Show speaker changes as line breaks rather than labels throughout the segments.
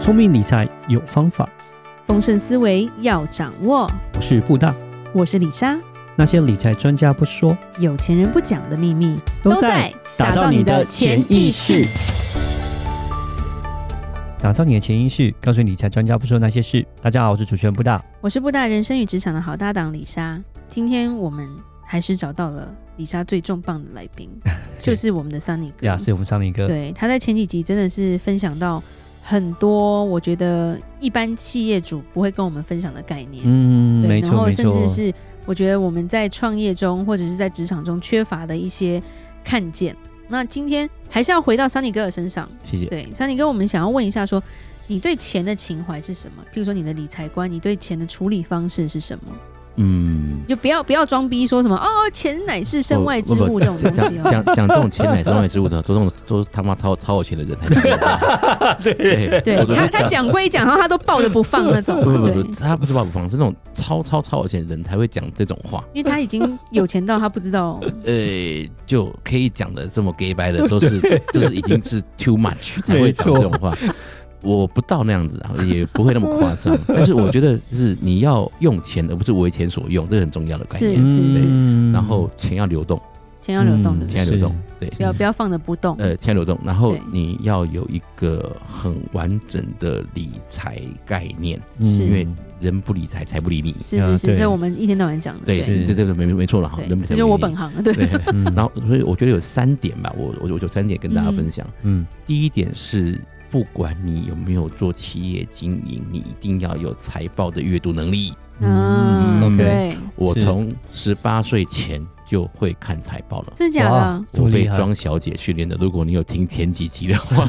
聪明理财有方法，
丰盛思维要掌握。
我是布大。
我是李莎，
那些理财专家不说，
有钱人不讲的秘密
打造你的潜意识。。打造你的潜意识，告诉理财专家不说那些事。大家好，我是主持人布大。
我是布大人生与职场的好搭档李莎。今天我们还是找到了李莎最重磅的来 宾，就是我们的桑尼哥。
呀，是我们上了一个
对，他在前几集真的是分享到很多我觉得一般企业主不会跟我们分享的概念。
嗯，
对
没
然
错
后
没
甚
错
至，是我觉得我们在创业中或者是在职场中缺乏的一些看见。那今天还是要回到桑尼哥尔身上，
谢谢。
对桑尼哥，我们想要问一下说。你对钱的情怀是什么？譬如说你的理财观，你对钱的处理方式是什么？
嗯，
就不要不要装逼，说什么哦，钱乃是身外之
我
物
我
这种东西哦。
讲讲这种钱乃身外之物的，都这种都是他妈超超有钱的人才讲这种 话。
啊
对
对
我
他，他讲归讲，然后他都抱着不放那种。
不不
对
不，，他不是把不放，是那种超超超有钱的人才会讲这种话。
因为他已经有钱到他不知道。
呃，就可以讲的这么 gay 白的，都是就是已经是 too much 才会讲
没错
这种话。我不到那样子啊，也不会那么夸张。但是我觉得是你要用钱，而不是为钱所用，这个很重要的概念。
是是是
嗯
然后钱要流动，
钱要流动，
嗯
对不
钱
对？
要流动，对，
不要不要放着不动。
呃，钱流动，然后
对
你要有一个很完整的理财概念，
是
因为
嗯
人不理财，财不理你。
是
啊
是是，
对
这是我们一天到晚讲的。
对，
是
这这个没没错了哈，
对，
人不理
这
财
就是
不理
我
你
本行。对，
对，
嗯
然后所以我觉得有三点吧，我我我有三点跟大家分享。
嗯
第一点是，不管你有没有做企业经营，你一定要有财报的阅读能力。
嗯，
OK
对，
我
是
从十八岁前就会看财报了。
真的假的？
这
我
么
被
厉害，
庄小姐训练的。如果你有听前几集的 话，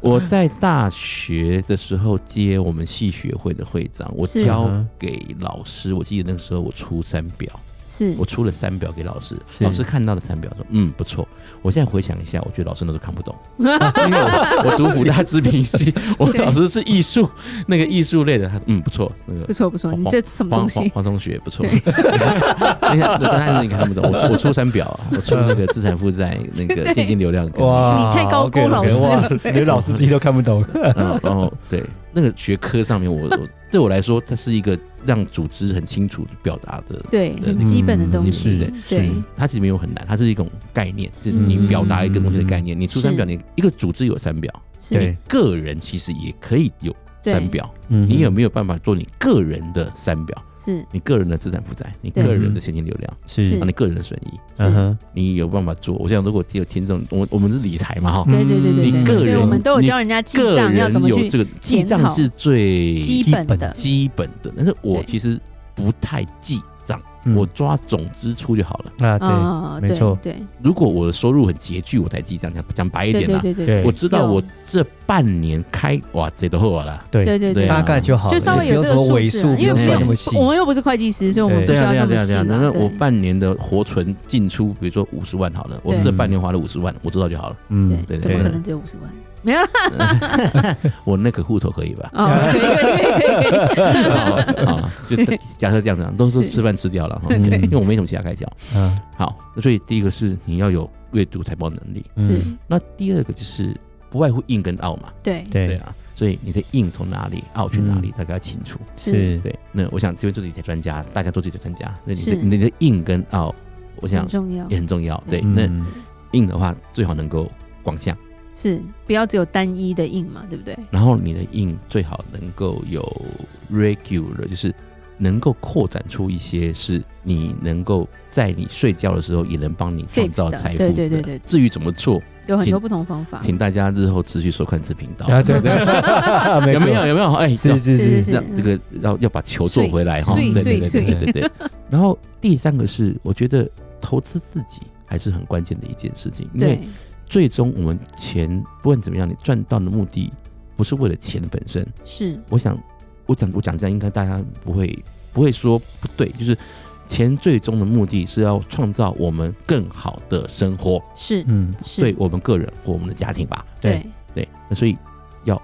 我在大学的时候接我们系学会的会长，我
是
交给老师。我记得那个时候我出三表，
是
我出了三表给老师，
嗯是
老师看到了三表说：“嗯，不错。”我现在回想一下，我觉得老师那时候看 不懂，因为我我读福大织品系，我
对
老师是艺术那个艺术类的，他说嗯不错，那个
不错不错，
黄
你这什么
黄
东
黄
西？
黄同学不错，
对
等一下，等一下 你看不懂，我我出三表啊，我出那个资产负债、那个现金流量跟，
你太高估老师了
OK，OK，哇连老师自己都看不 懂。
然后然后对那个学科上面我，我对我来说，它是一个让组织很清楚表达的，
对，
对
很基本的东
是
西
的。
对，
嗯它其实没有很难，它是一种概念，是你表达一个东西的概念。你出三表，
是
你一个组织有三表，
是，
个人其实也可以有三表，
嗯
你有没有办法做你个人的三表？
是
你个人的资产负债，你
对
个人的现金流量，
是
是
啊，你个人的损益。
嗯
是，
哼，
你有办法做。我想，如果只有听众，我我们是理财嘛哈，
对对对对对，
你个
所以
人
我们都有教人家记
个
账要怎
人
么
有
去
这个记
检
账
讨
是最
基本
本
的，
基本的，但是我
对
其实不太记账，
嗯
我抓总支出就好了。
啊，
啊
没
对
错
对
如果我的收入很拮据，我才记账。讲讲白一
对
点啊啦，
对对
对
我知道
有
我这半年开哇，这都后了。
对
对对
对
对，
大概就好了，
就稍微有这个
也不
数
用
字
说尾
啊，
数，
因为
不
没
用
有
算那么细
我。们又不是会计师，所以我们
对
不需
对啊，
要那么
对啊，对啊，
细
对啊。
啦
那
对
我半年的活存进出，比如说五十万好了，我
对
这半年花了五十万，我知道就好了。
嗯，
对，
对
怎么
对
可能只有五十万？没有啦？
我那个户头可以吧
哦，可以可以可以可以，
好，好啊就假设这样子啊，都是
是
吃饭吃掉了哈，
对
因为我没什么其他开销。
嗯
好，那所以第一个是你要有阅读财报能力，
嗯
是，
那第二个就是不外乎硬跟傲嘛，
对
对
对
啊，所以你的硬从哪里，傲去哪里，
嗯
大概要清楚。
是
对，那我想这边做理财专家，大家都是理财专家，那你
是
的你的硬跟傲，我想
很重要
也，很重要。对，
嗯
那 硬的话最好能够广项，
是不要只有单一的硬嘛，对不对？
然后你的硬最好能够有 regular，就是能够扩展出一些是你能够在你睡觉的时候也能帮你创
Fix
造
的
财富
对
的。
对对啊对
至于怎么做，
有很多不同方法，
请大家日后持续收看此频道。
啊， 对对， 没
有没
错
有？有没有？哎，
是是
是
是
是
这样这个要要把球做回来哈。
碎
对对
碎
对对
碎
对对 对。然后第三个是，我觉得投资自己还是很关键的一件事情，因为
对
最终我们钱不管怎么样，你赚到的目的不是为了钱本身。
是
我想，我讲我讲这样，应该大家不会不会说不对，就是钱最终的目的是要创造我们更好的生活，
是
嗯，
是，
对我们个人或我们的家庭吧。
对
对，那所以要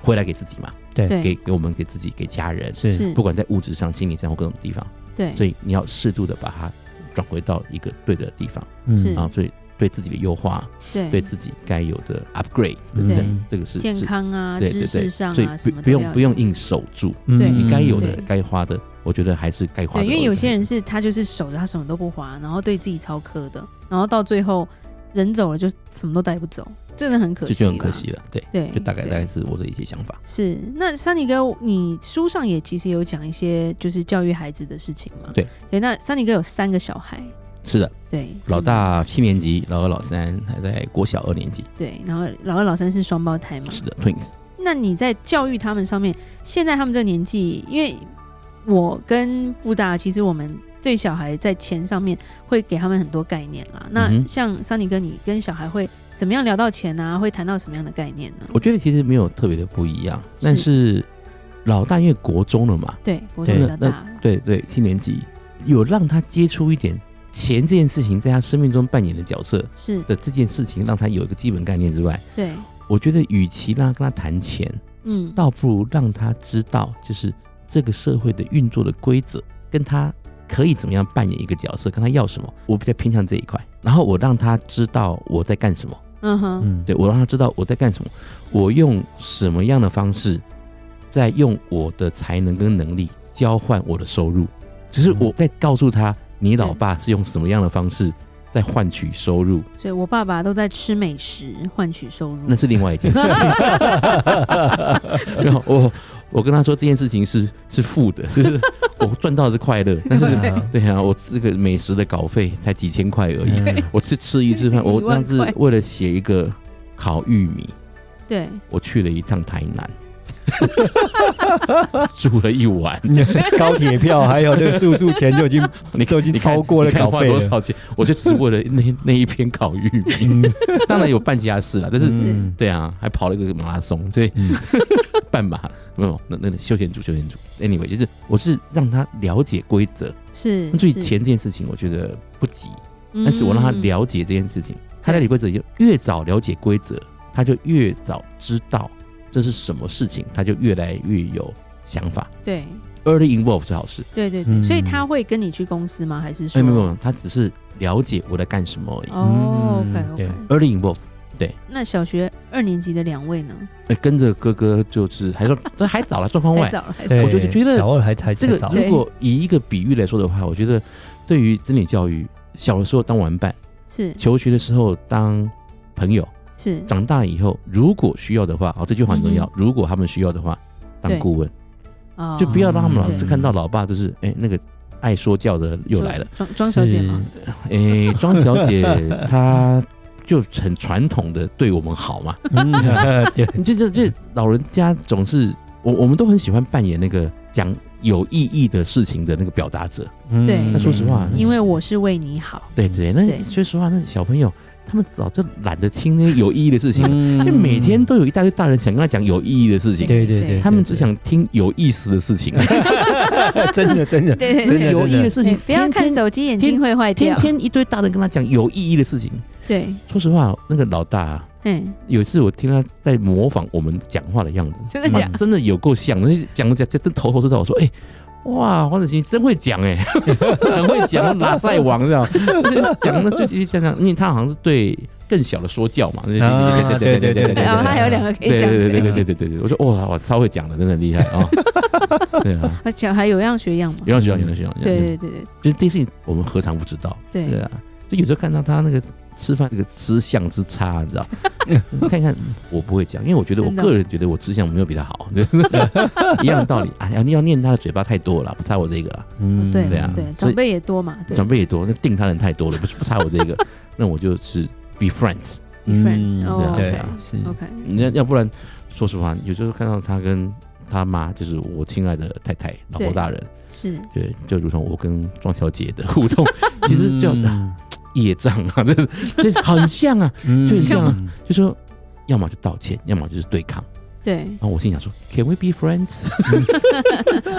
回来给自己嘛，
对
给
对
给我们给自己给家人，
是
是
不管在物质上、心理上或各种地方，
对
所以你要适度的把它转回到一个对的地方
嗯
是
啊。所以对自己的优化，
对
对自己该有的 upgrade
嗯
等
对
等，这个是
健
是
康啊、
对对
知
对，
识上
所以
啊什
不
么
不
都要
用
有
不用硬守住，
对
哎你嗯该有的
嗯对、
该花的，我觉得还是该
对，
花的。
因为有些人是他就是守着他什么都不花，然后对自己超苛的，然后到最后人走了就什么都带不走，真的很可
这
惜，
就很可惜。了，对，
对，
就大概
对
大概是我的一些想法。
是，那桑尼哥，你书上也其实有讲一些就是教育孩子的事情嘛？
对
对，那桑尼哥有三个小孩，
是的，
对，
老
是
大七年级，老二老三还在国小二年级，
对，然后老二老三是双胞胎嘛？
是的，twins。
那你在教育他们上面，现在他们这个年纪，因为我跟布达，其实我们对小孩在钱上面会给他们很多概念啦。
嗯
那
哼
像桑尼哥，你跟小孩会怎么样聊到钱啊？会谈到什么样的概念呢？
我觉得其实没有特别的不一样，
是
但是老大因为国中了嘛，
对，我中比较
那
大，
对对，七年级有让他接触一点钱这件事情在他生命中扮演的角色
是
的这件事情，让他有一个基本概念之外，
对，
我觉得与其让他跟他谈钱，
嗯，
倒不如让他知道，就是这个社会的运作的规则，跟他可以怎么样扮演一个角色，跟他要什么，我比较偏向这一块。然后我让他知道我在干什么，
嗯哼，
嗯，
对我让他知道我在干什么，我用什么样的方式，在用我的才能跟能力交换我的收入，只是我在告诉他，你老爸是用什么样的方式在换取收入，
所以我爸爸都在吃美食换取收入。
那是另外一件 事情。然后我我跟他说这件事情是是负的，就是我赚到的是快 乐，但是
对
对啊，我这个美食的稿费才几千块而已，
嗯
我去吃 一次饭，我
一万
当时
块
为了写一个烤玉米，
对，
我去了一趟台 南。住了一晚，
嗯 高铁 票还有那个住宿钱就已经
你
都已经
你看
超过了
你看
稿
花
费
多
了
少钱？我就只为了那那一篇烤玉米，
嗯，
当然有办其他事了， 但是
嗯
对啊，还跑了一个马拉松，对，
嗯
半马没有，那那个休闲组，休闲组。Anyway，就是我是让他了解规则，
是。
那至于
是
钱，这件事情，我觉得不急，但是我让他
嗯
了解这件事情，他了解规则，就越早了解规则，他就越早知道这是什么事情，他就越来越有想法。
对
Early involve 是好事，
对对对，
嗯
所以他会跟你去公司吗？还是
哎，
说
没有没有，他只是了解我在干什么而已。
哦
嗯
，OK
对
OK。
Early involve，
那小学二年级的两位呢？
哎，跟着哥哥就是还算， 这还早了，状况
太
外。
早了，还早
对，
了
我就觉得
小二还才
这
太
个
早，
如果以一个比喻来说的话，我觉得对于子女教育，小的时候当玩伴，
是
求学的时候当朋友，
是
长大以后如果需要的话，哦，这句话很重要。
嗯
如果他们需要的话，当
对
顾问，
哦
就不要让他们老是
对
看到老爸就是哎、那个爱说教的又来了，
庄庄小姐吗？
哎、庄小姐她。就很传统的对我们好嘛，
嗯， 对，
你这这这老人家总是我我们都很喜欢扮演那个讲有意义的事情的那个表达者，
嗯
那说实话
因为我是为你好，
对对，那
对
说实话，那小朋友他们早就懒得听那些有意义的事情了，
嗯
因为每天都有一大堆大人想跟他讲有意义的事情，
对对对，
他们只想听有意思的事情，
真的真的
对
真的
有意义的事情，
不要
天
看
天
手机，啊眼
天
睛会坏
天
掉。
天一堆大人跟他讲有意义的事情。
对，
说实话，那个老大啊、
嗯，
有一次我听他在模仿我们讲话的样子，
真的假
嗯
的？
真的有够像，那讲着讲着真头头是道。我说哎、哇，黄子晴真会讲哎、很会讲拉塞王这样，就是讲那就继续讲讲，因为他好像是对更小的说教嘛，
啊对对对
然后他哦有两个可以讲。
对
对
对对对对对对，我说哇，我超会讲的，真的厉害啊！对啊，
他小孩有样学样嘛？
有让学长，有让学长，
对对对对
就是这些事情我们何尝不知道？
对
对啊，就有时候看到他那个吃饭这个吃相之差，你知道？看一看，我不会讲，因为我觉得我
真的
个人觉得我吃相没有比他好，一样的道理。哎呀，你要念他的嘴巴太多了，不差我这个啊。
嗯
对
对啊
对，
所以
长辈也多嘛，对
长辈也多，那定他人太多了，不是不差我这个，那我就是 be friends。
，friends 哦
嗯
对
对
，OK
啊是
OK，
要要不然，说实话，有时候看到他跟他妈，就是我亲爱的太太、老婆
对
大人，
是
对，就如同我跟庄小姐的互动， 其实就、
嗯
啊 业障啊，这这很像啊，
嗯
就像就说要么就道歉，要么就是对抗。
对
嗯 然后我心想说，Can we be friends？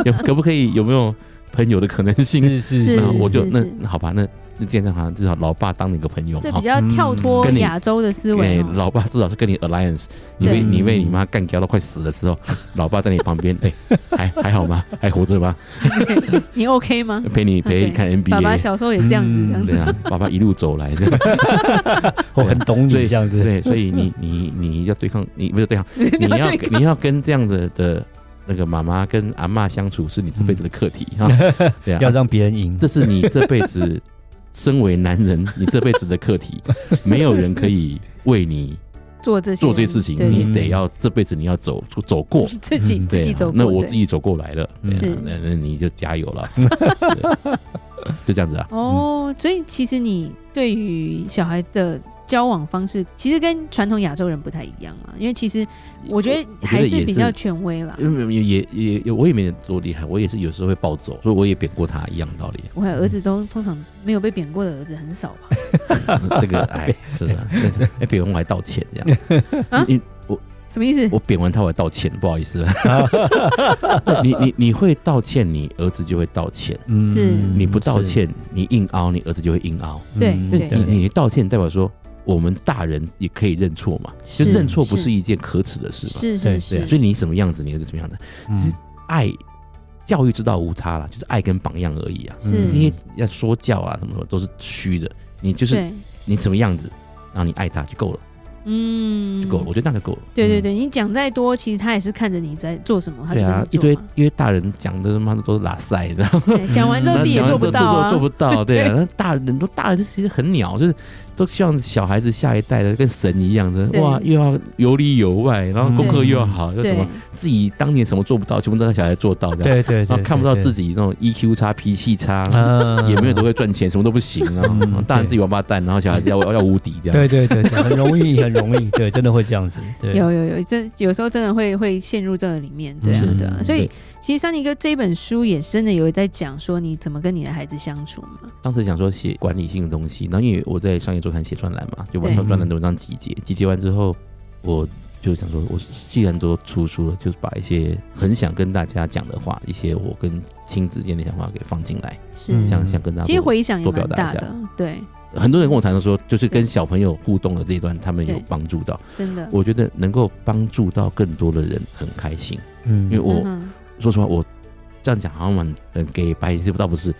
有可不可以有没有朋友的可能性。
是是
是
是
然后，我就是那
是
那好吧，那那健身好像至少老爸当你一个朋友
这
哈
比较跳脱
哦嗯跟你
亚洲的思维
对，
哦。
老爸至少是跟你 alliance，你
对
被你被你妈干掉到快死的时候， 老爸在你旁边，哎、还还好吗？还活着吗？
你 OK 吗？
陪你陪你
啊对
看
爸爸
NBA，
小时候也这样子，
嗯
这样子
对啊，爸爸一路走来，这样
我很懂
所以
你这样子，
对，啊所 以你你你要对抗，你不是嗯对抗，啊你
要
要
对
你要跟这样的的那个妈妈跟阿嬷相处是你这辈子的课题哈、
嗯
对
要
啊，
让别人赢
这，是你这辈子身为男人你这辈子的课题，没有人可以为你
做这些
做这些事情，
对
嗯
你得要这辈子你要走走过。
自己
嗯
自
对
己
啊
走过。
那我
对
自己走过来了，对啊
是
那那你就加油 了，对就这样子啊。
哦，所以其实你对于小孩的交往方式，其实跟传统亚洲人不太一样啊，因为其实我觉
我
得
觉得
还是
也
比
是嗯
较权威啦。。
因为也也也我也没多厉害，我也是有时候会暴走，所以我也贬过他一样道理
我还有儿子都通常没有被贬过的儿子很少 吧？
嗯这个哎，是不是啊？那哎，贬完我还道歉这样
啊。
你
什么意思？
我贬完他我还道歉，不好 意思。你你你会道歉，你儿子就会道歉；
嗯
是
你不道，歉，你硬凹，你儿子就会硬凹。
是
对
嗯
对
你你道歉代表说，我们大人也可以认错嘛，就是认错不是
是
一件可耻的事嘛。
是
对
是
对啊，
是，
所以你什么样子，你儿子什么样子。
嗯
爱教育之道无他啦，就是爱跟榜样而已啊。
是
这些要说教啊什么什么都是虚的，你就是
对，
你什么样子，然后你爱他就够了，
嗯
就够了，我觉得那就够了。
对对对，你讲再多，其实他也是看着你在做什么，他就
对啊，一
跟
堆
你做
一
嘛。
堆大人讲的他妈的都是拉塞，你知道 吗？
对讲完之 后
那
自己也
讲完
做
之
不
后
到啊，
做不到，对啊。那大人都大人其实很鸟，就是都希望小孩子下一代的跟神一样的，
对
哇，又要有里有外，然后功课又要好，又什
对
么自己当年什么做不到，全部都让小孩做到这样。
对对
然
对，
后看不到自己那种 EQ 差、脾气差，
啊
也没有多会赚钱，什么都不行啊
嗯。
然后大人自己王八蛋，然后小孩子要要要无敌这样。
对对对，对很容易，很容易，对，真的会这样子，对，
有有有，真有时候真的会会陷入这个里面，对啊
是
对啊。
嗯
所以
对
其实桑尼哥这一本书也真的有在讲说你怎么跟你的孩子相处嘛，
当时想说写管理性的东西，然后因为我在商业周刊写专栏嘛，就把专栏的文章集结，集结完之后，我就想说，我既然都出书了，就是把一些很想跟大家讲的话，一些我跟亲子间的想法给放进来，
是。
嗯
想想跟大家
其实
多。
回响也
多表
蛮
达
大
一下
的，对，
很多人跟我谈到说，就是跟
对
小朋友互动的这一段，他们有
对
帮助到。
真的。
我觉得能够帮助到更多的人，很开心。
嗯，
因为我
嗯哼
说实话，我这样讲好像蛮很给白痴，倒不是，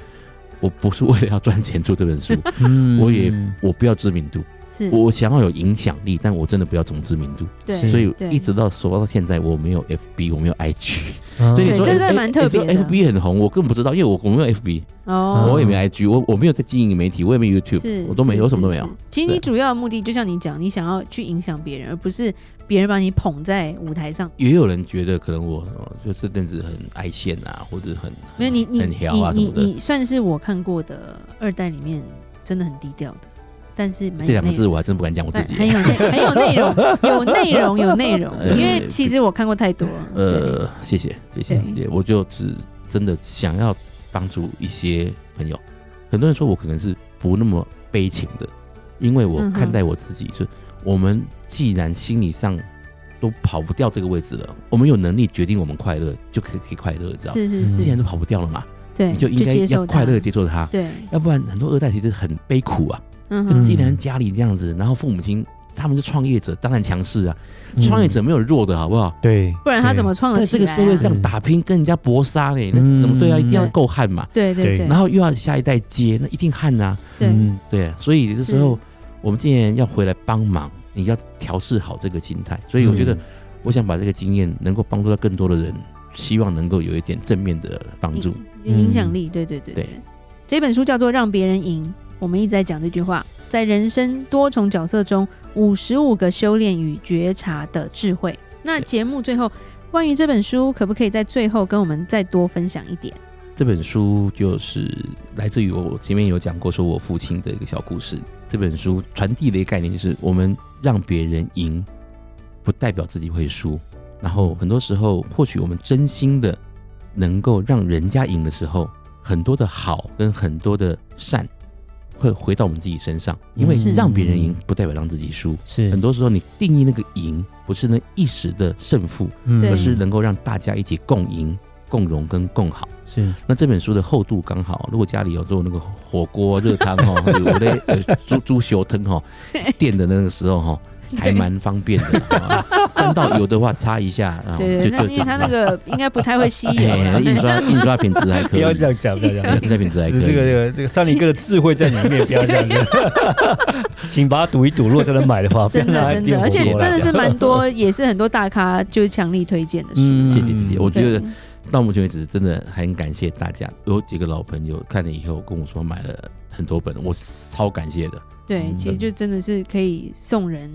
我不是为了要赚钱出这 本书，
嗯
我也我不要知名度，
是，
我想要有影响力，但我真的不要总知名度，
嗯对，
是
所以
对
一直到说到现在，我没有 FB，我没有 IG，
啊
所以你说
哦对这
哎
真的蛮
哎
特别的
你说 FB 很红，我根本不知道，因为我我没有 FB，
哦，
我也没有 IG，我我没有在经营媒体，我也没有 YouTube，
是，
我都没有
是
我什么都没。有
是是其实你
对
主要的目的，就像你讲，你想要去影响别人，而不是别人把你捧在舞台上。
也有人觉得可能我哦就这阵子很爱现啊，或者很
没有你，你
很
你
屌啊什
你
么的
你算是我看过的二代里面真的很低调的，但是蛮有
这两个
内
字
容
我还真不敢讲我自
但
己。
很有 内很有内容，有内容有内容，
呃
因为其实我看过太多了。
呃，谢谢，谢谢，
对
对我就是真的想要帮助一些朋友。很多人说我可能是不那么悲情的，因为我
嗯哼
看待我自己、是，我们既然心理上都跑不掉这个位置了，我们有能力决定我们快乐，就可以可以快乐，你
对
知道？
是是
嗯
既
是，
然都跑不掉了嘛，
对，
你就应该
接
要
受它
快乐地。接受它，
对，
要不然很多二代其实很悲苦啊。
嗯
就
哼，
既然家里这样子，然后父母亲他们是创业者，当然强势啊，
嗯
创业者没有弱的好不好？
对，
不然他
对
怎么创得
在
起来
这个
啊？
社会上
是
打拼，跟人家搏杀嘞，
嗯
那怎么对啊？一定要
对
够悍嘛，
对对
对
对，
然后又要下一代接，那一定悍呐、
对
嗯
对啊，所以这时候
是
我们既然要回来帮忙，你要调试好这个心态。所以我觉得，我想把这个经验能够帮助到更多的人，希望能够有一点正面的帮助。
影影响
嗯
力，对对对
对
这本书叫做《让别人赢》，我们一直在讲这句话，在人生多重角色中，五十五个修炼与觉察的智慧。那
对
节目最后，关于这本书，可不可以在最后跟我们再多分享一点？
这本书就是来自于我前面有讲过，说我父亲的一个小故事。这本书传递的一个概念就是，我们让别人赢，不代表自己会输。然后很多时候，或许我们真心的能够让人家赢的时候，很多的好跟很多的善会回到我们自己身上，因为
是
让别人赢不代表让自己输。
是
很多时候，你定义那个赢，不是那一时的胜负，
嗯
对
而是能够让大家一起共赢，共荣跟共好。
嗯是
那这本书的厚度刚好，如果家里有做那个火锅热汤哈， 有那呃猪猪血汤哈，垫的那个时候哈，哦还蛮方便的啦。哈沾到油的话擦一下，啊，
对，那因为它那个应该不太会吸 啊油
哎
啦，
印刷印刷品质还可
不
以，
要这样讲，不要这样讲。
印刷品质还可
是
以。
这个这个这个山里哥的智慧在里 面，不要这样子，请把它赌一赌。如果真的买的话，不要
真
让
哎
它
的真
变
的，
火
而且
锅
真
啦
的是蛮多，也是很多大咖就是强力推荐的书。
嗯，
谢谢谢谢，我觉
对
得到目前为止真的很感谢大家，有几个老朋友看了以后跟我说买了很多本，我超感谢的，
对，
嗯
其实就真的是可以送人，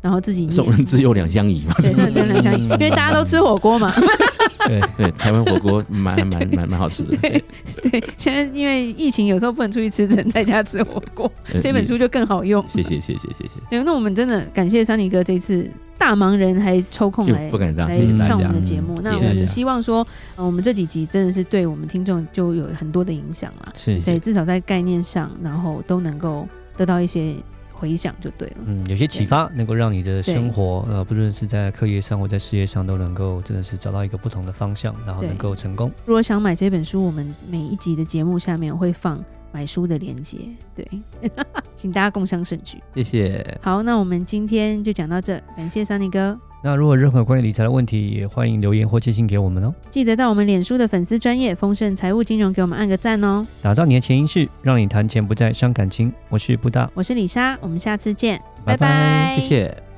然后自己念
送人自有嗯两相宜嘛。
对，真的真的相 信，因为大家都吃火锅嘛。
对，
对，台湾火锅蛮蛮蛮蛮好吃的。
对对，现在因为疫情，有时候不能出去吃，只能在家吃火锅。
呃
这本书，就更好用。
谢谢谢谢谢谢，
对，那我们真的感谢三林哥这次大忙人还抽空来
就不敢当，
来
谢谢大
上我
家
们的。节目。那我
谢谢
们希望说，呃我们这几集真的是对我们听众就有很多的影响了。
是
对，
是，
至少在概念上，然后都能够得到一些回响就对了。
嗯，有些启发能够让你的生活，呃，不论是在课业上或在事业上，都能够真的是找到一个不同的方向，然后
对
能够成功。
如果想买这本书，我们每一集的节目下面会放买书的链接，对， 请大家共襄盛举。
谢谢，
好，那我们今天就讲到这，感谢桑尼哥，
那如果有任何关于理财的问题，也欢迎留言或寄信给我们哦。
记得到我们脸书的粉丝专业丰盛财务金融给我们按个赞哦。
打造你的潜意识，让你谈钱不再伤感情。我是布大，
我是李莎，我们下次见，
拜拜
拜拜
谢谢。